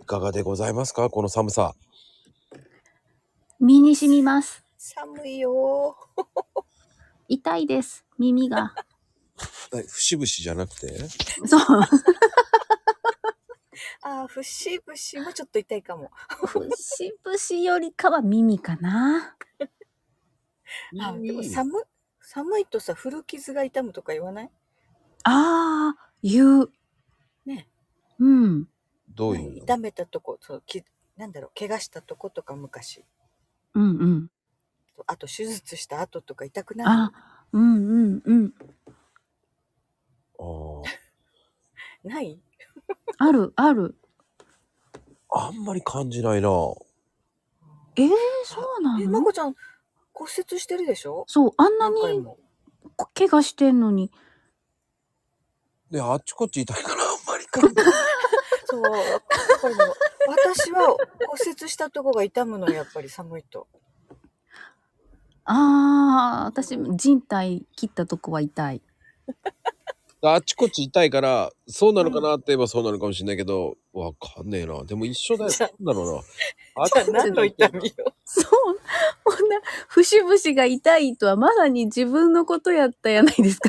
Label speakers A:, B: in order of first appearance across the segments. A: いかがでございますかこの寒さ。
B: 身に染みます。
C: 寒いよ
B: 痛いです。耳 が。
A: え節々じゃなくて
B: そう。
C: ー。あー、節々もちょっと痛いかも。
B: 節々よりかは耳かな。
C: あーでも寒い、寒いとさ、古傷が痛むとか言わない
B: ああ、言う。
C: ね。
B: うん。
A: どういう
C: 痛めたとこ、そうきなんだろう、怪我したとことか昔。
B: うんうん。
C: あと手術した後とか痛くな
B: あ、うんうんうん。
A: の
C: いない
B: あるある。
A: あーあんまり感じないな。
B: えー、そうな
C: え、ま
B: の
C: こちゃん、骨折してるでしょ
B: そう、あんな
C: 何
B: に
C: 回も。
B: 怪我してんのに。
A: で、あっちこっち痛いからあんまり感じ ない。
C: そう、やっぱりもう私は骨折したとこが痛むの、やっぱり寒いと。
B: ああ、私、人体切ったとこは痛い。
A: あっちこっち痛いから、そうなのかなって言えばそうなのかもしれないけど、わかんねえな。でも一緒だよ。
C: じゃ
A: なんだろうな。
C: じゃあ何の痛みよ。
B: そう、こんな、節々が痛いとはまさに自分のことやったやないですか。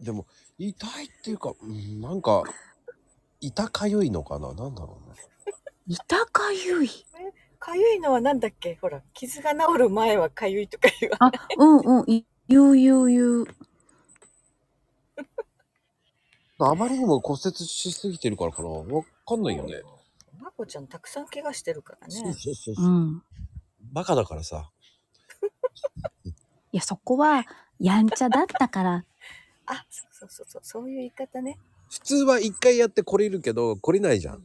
A: でも、痛いっていうか、うんなんか、痛かゆいのかななんだろうね。
B: 痛かゆい。
C: かゆいのはなんだっけほら、傷が治る前はかゆいとか言わ
B: あ、うんうん、いゆうゆうゆう。
A: あまりにも骨折しすぎてるからかな。わかんないよね。
C: まこちゃんたくさん怪我してるから
A: そう
C: ね。
A: そうそうそうう。
B: ん。
A: バカだからさ。
B: いや、そこは、やんちゃだったから。
C: あ、そうそうそうそう、そういう言い方ね。
A: 普通は一回やってこれるけど、これないじゃん。い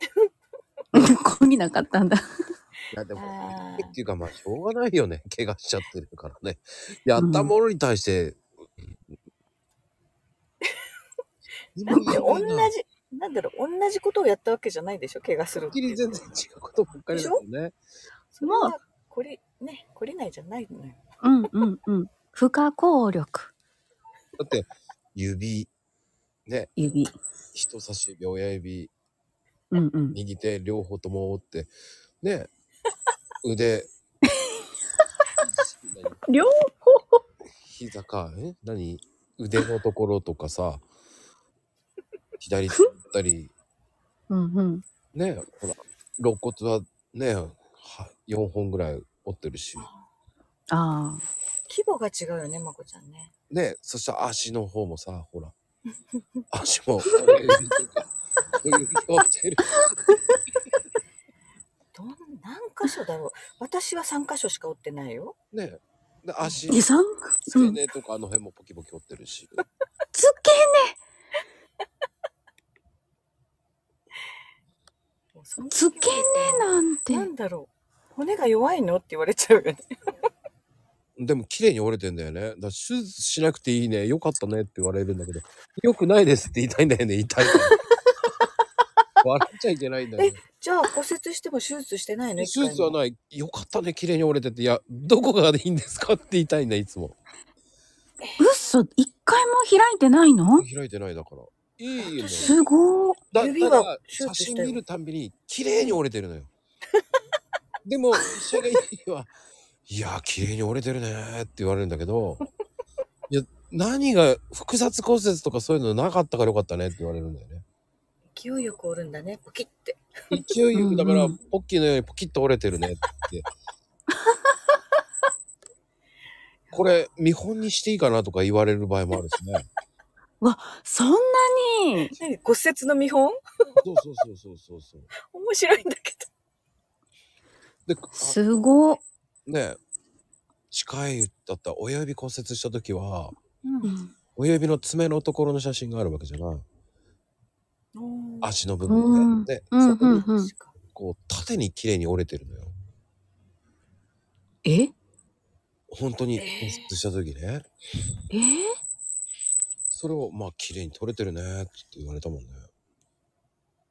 B: こりなかったんだ。
A: や、でも、
C: あー
A: っていうか、まあ、しょうがないよね。 怪我しちゃってるから ね。やったものに対して、今
C: なんで
A: 言
C: 同
A: う
C: じ
A: な、
C: なんだろう、同じことをやったわけじゃないでしょ、怪我する
A: てっきり全然違うことばっかりだよね。
C: それは、こり、ね、こりないじゃないのよ。
B: うんうんうん。不可抗力。
A: だって、指、ね、
B: 指。
A: 人差し指、親指、
B: うんうん。
A: 右手、両方ともって、ね、腕、
B: 両方
A: 膝か、え何腕のところとかさ、左手だったり、
B: うんうん。
A: ねほら肋骨はねは4本ぐらい折ってるし
B: ああ。
C: 規模が違うよね、まこちゃんね。
A: ねそしたら足の方もさほら足も親指とか親指折ってる
C: どん、何箇所だろう。私は3箇所しか折ってないよ。
A: ねで足
B: 二三
A: 付け根とかあの辺もポキポキ折ってるし、
B: つけ
C: もうそんな
B: つけ根なんて。
C: なんだろう。骨が弱いのって言われちゃうよね。
A: でも綺麗に折れてんだよねだから手術しなくていいねよかったねって言われるんだけどよくないですって言いたいんだよね痛いから笑っちゃいけないんだよ、ね、
C: じゃあ骨折しても手術してないの
A: 手
C: 一回も
A: 術はないよかったね綺麗に折れてていやどこがでいいんですかって言いたいんだいつも
B: 嘘一回も開いてないの
A: 開いてないだから。いいよ、ね。
B: すごー。
A: だ
C: 指は
A: ただ
C: シュッ
A: 写
C: として
A: 真
C: る
A: 見るたんびに綺麗に折れてるのよ。 でも医者が言うには「いや綺麗に折れてるね」って言われるんだけど「いや何が複雑骨折とかそういうのなかったからよかったね」って言われるんだよね。
C: 勢いよく折るんだね、ポキって。
A: 勢いよくだから
B: うんうん
A: ポッキーのようにポキッと折れてるね って。これ見本にしていいかなとか言われる場合もあるしね。
B: そんなに
C: 何骨折の見本
A: そうそうそうそうそうそう。
C: 面白いんだけ
A: で、
B: すごー。
A: ね近いだったら親指骨折した時は
C: ど。
A: 親指の爪のところの写真があるわけじゃない
C: うん
A: 足の部分で、
B: うん
A: そこに
B: うんうん
A: こう縦に綺麗に折れてるのよ
B: ええ
A: 本当に
C: えー
A: 骨折した時ね
B: ー
A: それをまあ綺麗に取れてるねって言われたもんね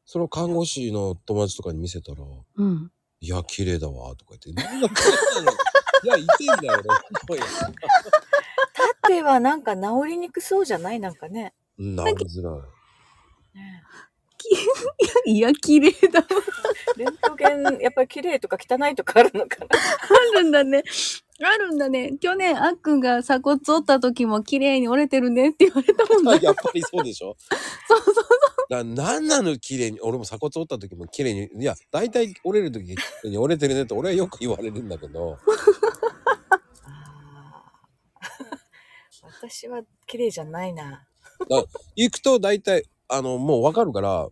A: それを看護師の友達とかに見せたら「
B: うん。
A: いや綺麗だわ」とか言って「何が綺麗なの? 」いや、痛いんだよ、俺。
C: 縦はなんか治りにくそうじゃないなんかね。
A: 治りづらい。
C: ね
B: いや、綺麗だわ。
C: レントゲン、 やっぱり綺麗とか汚いとかあるのかな。
B: あるんだね。あるんだね。去年、あっくんが鎖骨折った時も綺麗に折れてるねって言われたもんね。
A: やっぱりそうでしょ
B: そうそうそう。
A: だなんなの綺麗に俺も鎖骨折った時も綺麗にいや大体折れる時綺麗に折れてるねって俺はよく言われるんだけど
C: あー私は綺麗じゃないな。
A: 行くと大体あのもうわかるから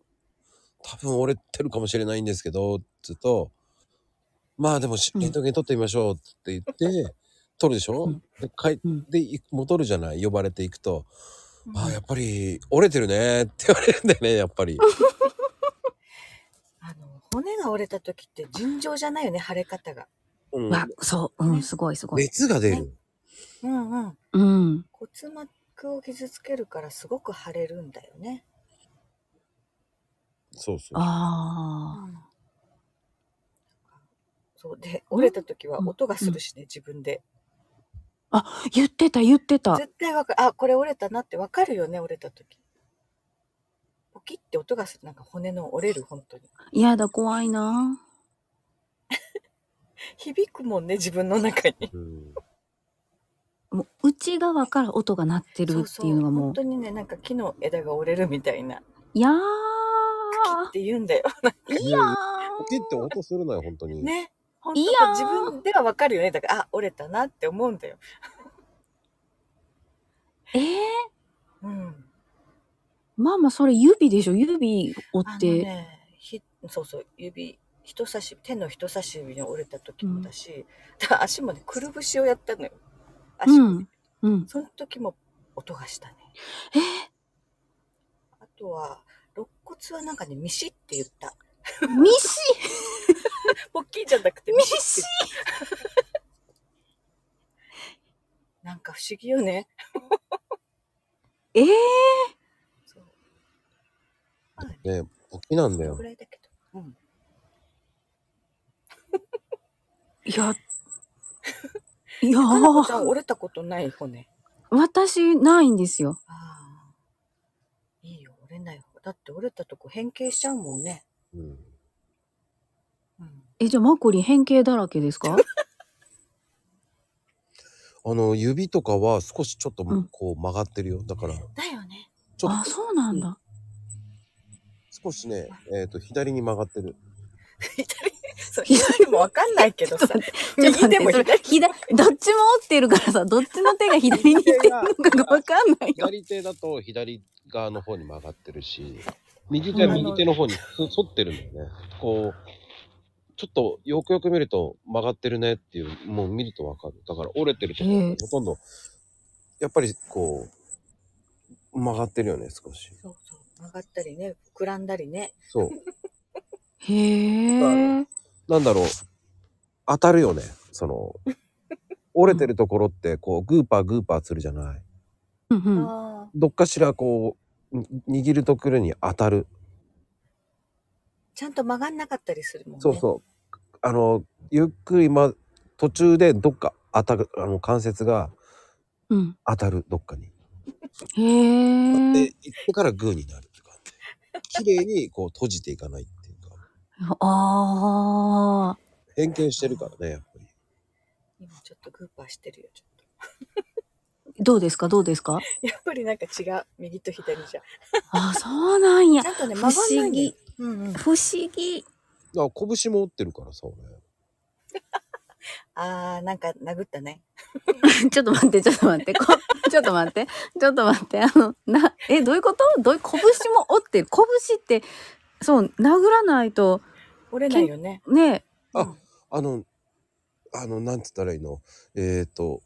A: 多分折れてるかもしれないんですけどっつうとまあでもし
B: うん
A: レントゲン撮ってみましょうって言って、撮るでしょ、
B: うん
A: で帰っ
B: うん
A: てい戻るじゃない呼ばれて行くと、
C: うん
A: ああやっぱり折れてるねって言われるんだよねやっぱり
C: あの骨が折れた時って尋常じゃないよね、腫れ方が。
A: うん
B: わ、そう。うん、すごいすごい。
A: 熱が出る
C: うんうん。
B: うん。
C: 骨膜を傷つけるからすごく腫れるんだよね。
A: そうそう
B: ああ。
C: そうで、折れた時は
B: うん
C: 音がするしね、自分で。
B: 言ってた、言ってた。
C: 絶対わかる。あ、これ折れたなってわかるよね、折れた時。ポキって音がする。なんか骨の折れる、本当に。
B: 嫌だ、怖いな。
C: 響くもんね、自分の中に。
A: うん
B: もう内側から音が鳴ってるっていうのがも
C: 本
B: う、
C: 当にね、なんか木の枝が折れるみたいな。
B: いやー、
C: って言うんだよ。
B: いやー、
A: ポキって音するなよ本当に、
C: ね。本
B: いや
C: 当
B: ー
C: 自分ではわかるよね。だから、あ、折れたなって思うんだよ。
B: えー、
C: うん。
B: ママそれ指でしょ指折
C: あの
B: って、
C: ね、ひそうそう、指、人差し、手の人差し指に折れた時もだし、だから足もね、くるぶしをやったのよ。足、
B: うんうん
C: その時も音がしたね。
B: えー
C: あとは、肋骨はなんかね、ミシって言った。
B: ミシ
C: ポッキーじゃなくて、
B: ミ
C: ミシって
B: シ
C: 言った。なんか不思議よね。
B: えー、
C: そう。まあね
A: ねポキなんだ
C: その
A: よ
C: ぐらいだけど。うん。
B: いや、いや
C: か なこちゃん
B: ー、
C: 折れたことない骨。
B: 私ないんですよ。
C: ああ。いいよ、折れない方が。だって折れたとこ変形しちゃうもんね。
A: うん
C: うん。
B: え、じゃあマコリン変形だらけですか
A: あの指とかは少しちょっと
B: うん
A: こう曲がってるよ、だから
C: だよね。
A: ちょっ
B: あ、そうなんだ。
A: 少しね、えっと左に曲がってる
C: 左、そう、 左もわかんない けどさ。右でも
B: ちょっと待
C: 左
B: ってそれ左どっちも折ってるからさ、どっちの手が左に行ってるのかがわかん ないよ。
A: 左手だと左側の方に曲がってるし右手は右手の方にそ反ってるんだよねこうちょっとよくよく見ると曲がってるねっていうもう見るとわかるだから折れてるとこ
B: ええ
A: ほとんどやっぱりこう曲がってるよね少し
C: そうそう。曲がったりね、膨らんだりね。
A: そう
B: へえ。
A: なんだろう当たるよねその折れてるところってこうグーパーグーパーするじゃない
B: うんうん。
C: ああ。
A: どっかしらこうん握るところに当たる
C: ちゃんと曲がんなかったりするもんね。
A: そうそうあのゆっくり、ま、途中でどっか当たるあの関節が
B: うん。
A: 当たるどっかに
B: へ
A: で
B: え。
A: 行ってからグーになるって感じ綺麗にこう閉じていかないっていうか
B: ああ。
A: 変形してるからねやっぱり
C: 今ちょっとグーパーしてるよ、ちょっと。
B: どうですかどうですか
C: やっぱりなんか違う。右と左じゃ。
B: あ、そうなんや
C: ち。ゃんとね、
B: 不
C: 曲がんな
B: 思
C: いね
B: 議。。
C: うんうん。
B: 不思議。
A: だから拳も折ってるからさ俺
C: ああ、なんか殴ったね。
B: ちょっと待って、ちょっと待って、こ、ちょっと待って、ちょっと待って、あの、な、え、どういうことどういう、拳も折ってる。拳って、そう、殴らないと、
C: 折れないよね。
B: ね、
A: あ
C: うん
A: あの、あの、なんつったらいいのえっ、と、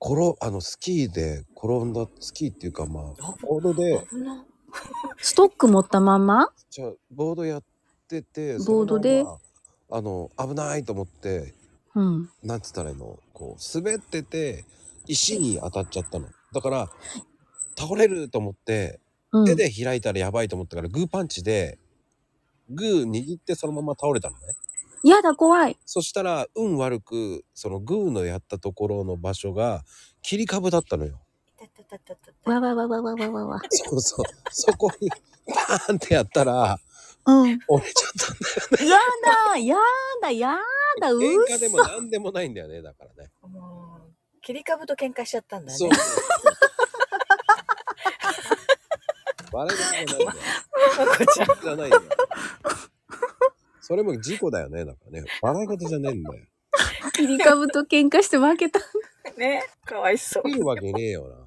A: 転、あの、スキーで転んだ、スキーっていうか、まあ、ボードで、
C: 危な。
B: ストック持ったまんま
A: じゃあボードやってて、
B: ボードで
A: そのままあの、危ないと思って、
B: うん。
A: なんつったらいいのこう、滑ってて、石に当たっちゃったの。だから、倒れると思って、
B: うん。
A: 手で開いたらやばいと思ったから、グーパンチで、グー握ってそのまま倒れたのね。
B: やだ、怖い。
A: そしたら、運悪く、そのグーのやったところの場所が、切 り株だったのよ。
C: いたたたたたた。
B: わわわわわわわわ。
A: そうそう。そこにパーンってやったら、
B: うん。や
A: 折れちゃったんだよね。
B: だ、やだ、やだ、うっ
A: 喧嘩でも何でもないんだよね、だからね。
C: もう切り株と喧嘩しちゃったんだ
A: そ
C: ね
A: う。笑い事じゃないんだよ。
C: まこちゃん
A: じゃないんだよ。それも事故だよね、だからね。笑い事じゃねえんだよ。
B: 切り株と喧嘩して負けた。
C: ねかわいそう
A: いるわけねえよな。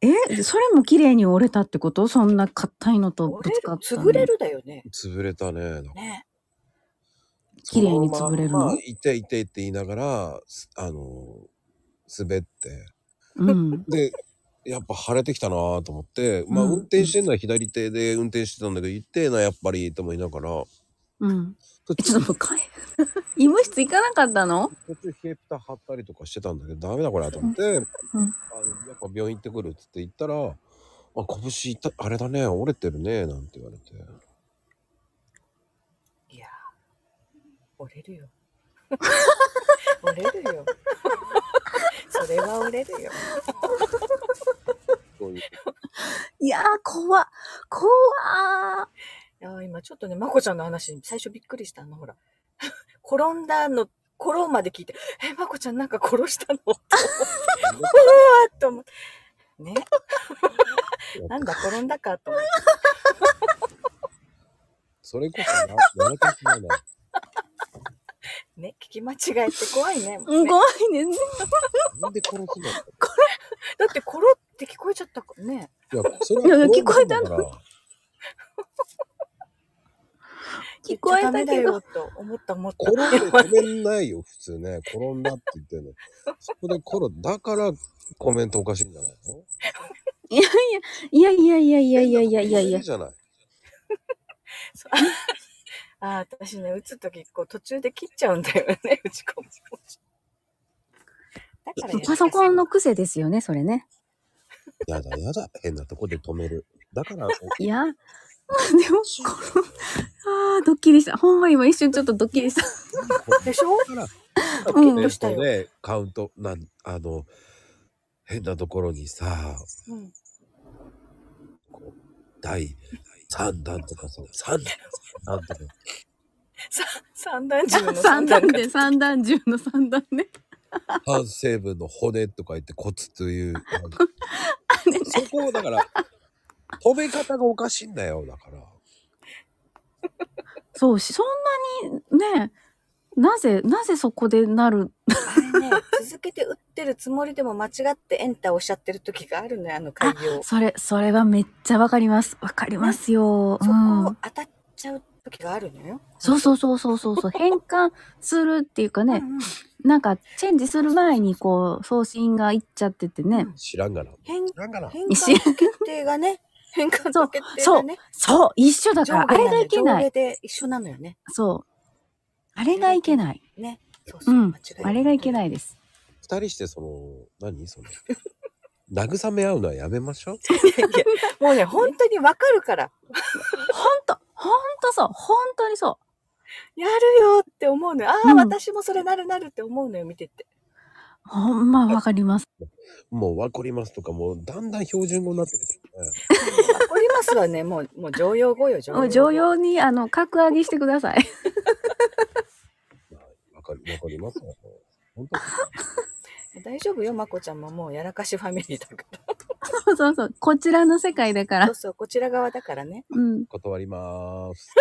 B: え、それも綺麗に折れたってことそんな硬いのとぶ
C: 折
B: つ
C: れる
B: かったの。
C: 潰れるだよね
A: 潰れたね。
C: ね
B: 綺麗に潰れるの
A: そまんま痛い痛いって言いながら、すあの、滑って。
B: うん。
A: で、やっぱ腫れてきたなぁと思って、まあ
B: うん
A: 運転してんのは左手で運転してたんだけど、痛えな、やっぱり、と思いながら、
B: うん。
A: 途
B: えち
A: 中、
B: ょっともう帰る。 医務室行かなかったの
A: 途中冷えピタ貼ったりとかしてたんだけど、ダメだこれ、と思って、あのやっぱ病院行ってくるっつって言ったら、あ、拳痛いあれだね、折れてるね、なんて言われて。
C: いや折れるよ折れるよそれは折れるよ
A: そういう
B: いやー、怖っ怖っ
C: いやー今ちょっとねまこちゃんの話に最初びっくりしたのほら 転んだの転うまで聞いて「えまこちゃんなんか殺したの?」 と思って ねなんだ転んだかと思って
A: それこそな、やめた気ないな。
C: ね聞き間違えって怖いねも
B: う
C: うんね
B: 怖いね。
A: なんで殺すの
C: だってコロって聞こえちゃったからね
A: いや、それ
B: いや
A: は
B: 聞こえたの
A: 子供だから
B: 聞こえたけど
C: 言っちゃダメだよと思った思った
A: 転んで止めんないよ、普通ね。転んだって言ってね。そこで転んだからコメントおかしいんじゃないの
B: いやいやいやいやいやいやいやいや
A: い
B: い
A: じゃない。
C: そう ああー私ね打つ時こう途中で切っちゃうんだよね打ち込むだからや
B: や。
C: り
B: パ
C: 方
B: ソコンの癖ですよね、それね。
A: やだやだ、変なとこで止める。だから、お
B: いや。でも、あー、ドッキリした。ほんま今一瞬ちょっとドッキリした。
C: でしょ
A: だから、
B: うん
A: コメントでカウント、なん、あの、変なところにさ、
C: うん
A: 第3弾とかさ、3弾とか、
C: さ三段重の
B: 三段
C: 重
B: で、三段銃の三段 ね。
A: 反成分の骨とか言って骨という。そこをだから、止め方がおかしいんだよ、だから。
B: そうし、そんなにね、なぜ、なぜそこでなる、
C: あれね続けて打ってるつもりでも間違ってエンター押しちゃってる時があるのよあの開業そ
B: それ、それはめっちゃわかります。わかりますよ。う
C: こを
B: ん。
C: 当たっちゃう時があるのよ
B: そうそうそうそうそうそう。変換するっていうか
C: う
B: ね、
C: んうん
B: なんかチェンジする前にこう送信がいっちゃっててね。
A: 知らんがな。
C: 変
A: 知らんがな。
C: 変換の決定 がね変換の決定がね
B: そう一緒だから、あ
C: 上下
B: れ
C: なの
B: が
C: よ
B: いけない。
C: 上下で一緒なのよね
B: そう。あれがいけない。
C: ねそう
B: う
C: そ
B: ん
C: 間違え。た
B: あれがいけないです。
A: 二人してその、何その、 慰め合うのはやめましょう。
C: いやもうね、本当にわかるから、
B: ほんと、ほんとそう。ほんとにそ
C: やるよって思うのよ。ああ、
B: うん
C: 私もそれなるなるって思うのよ、見てて。
B: う。ほんまわかります。
A: もうわかりますとか、もうだんだん標準語になってるよね。
C: わかりますわね、もう、もう常用語よ、常用
B: も
C: 語。
B: う常用に、あの、格上げしてください。
A: わかり、わかりますよ。本当
C: 大丈夫よ、まこちゃんももうやらかしファミリーだか。
B: そうそう そう。こちらの世界だから
C: そ
B: ら
C: う。そう、こちら側だからね。
B: うん。
A: 断ります。